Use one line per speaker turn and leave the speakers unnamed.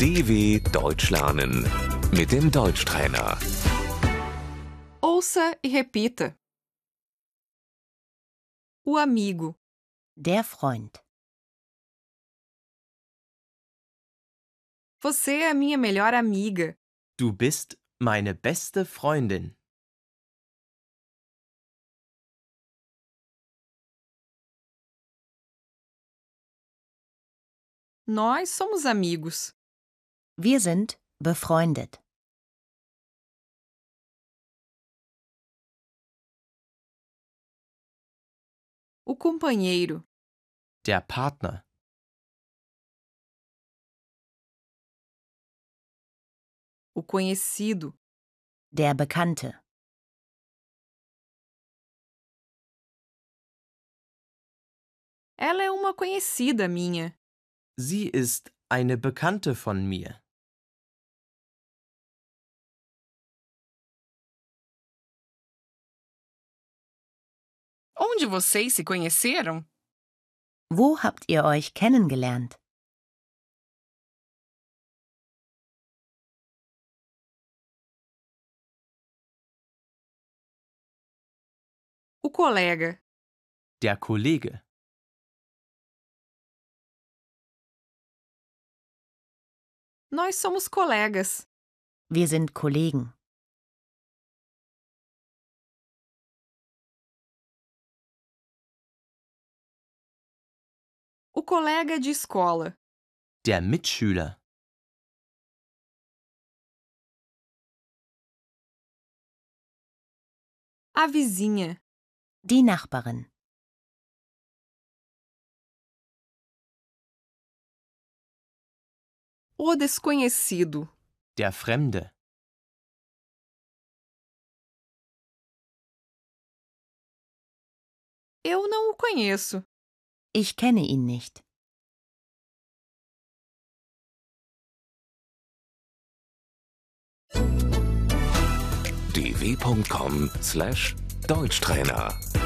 DW Deutsch lernen mit dem Deutschtrainer.
Ouça e repita. O amigo,
Der Freund.
você é a minha melhor amiga.
Du bist meine beste Freundin.
Nós somos amigos.
Wir sind befreundet.
O companheiro,
Der Partner.
o conhecido,
Der Bekannte.
ela é uma conhecida minha.
Sie ist eine Bekannte von mir.
Onde vocês se conheceram?
Wo habt ihr euch kennengelernt?
O colega,
Der Kollege.
nós somos colegas.
Wir sind Kollegen.
O colega de escola,
Der Mitschüler.
a vizinha,
Die Nachbarin.
o desconhecido,
Der Fremde.
eu não o conheço.
Ich kenne ihn nicht.
dw.com/deutschtrainer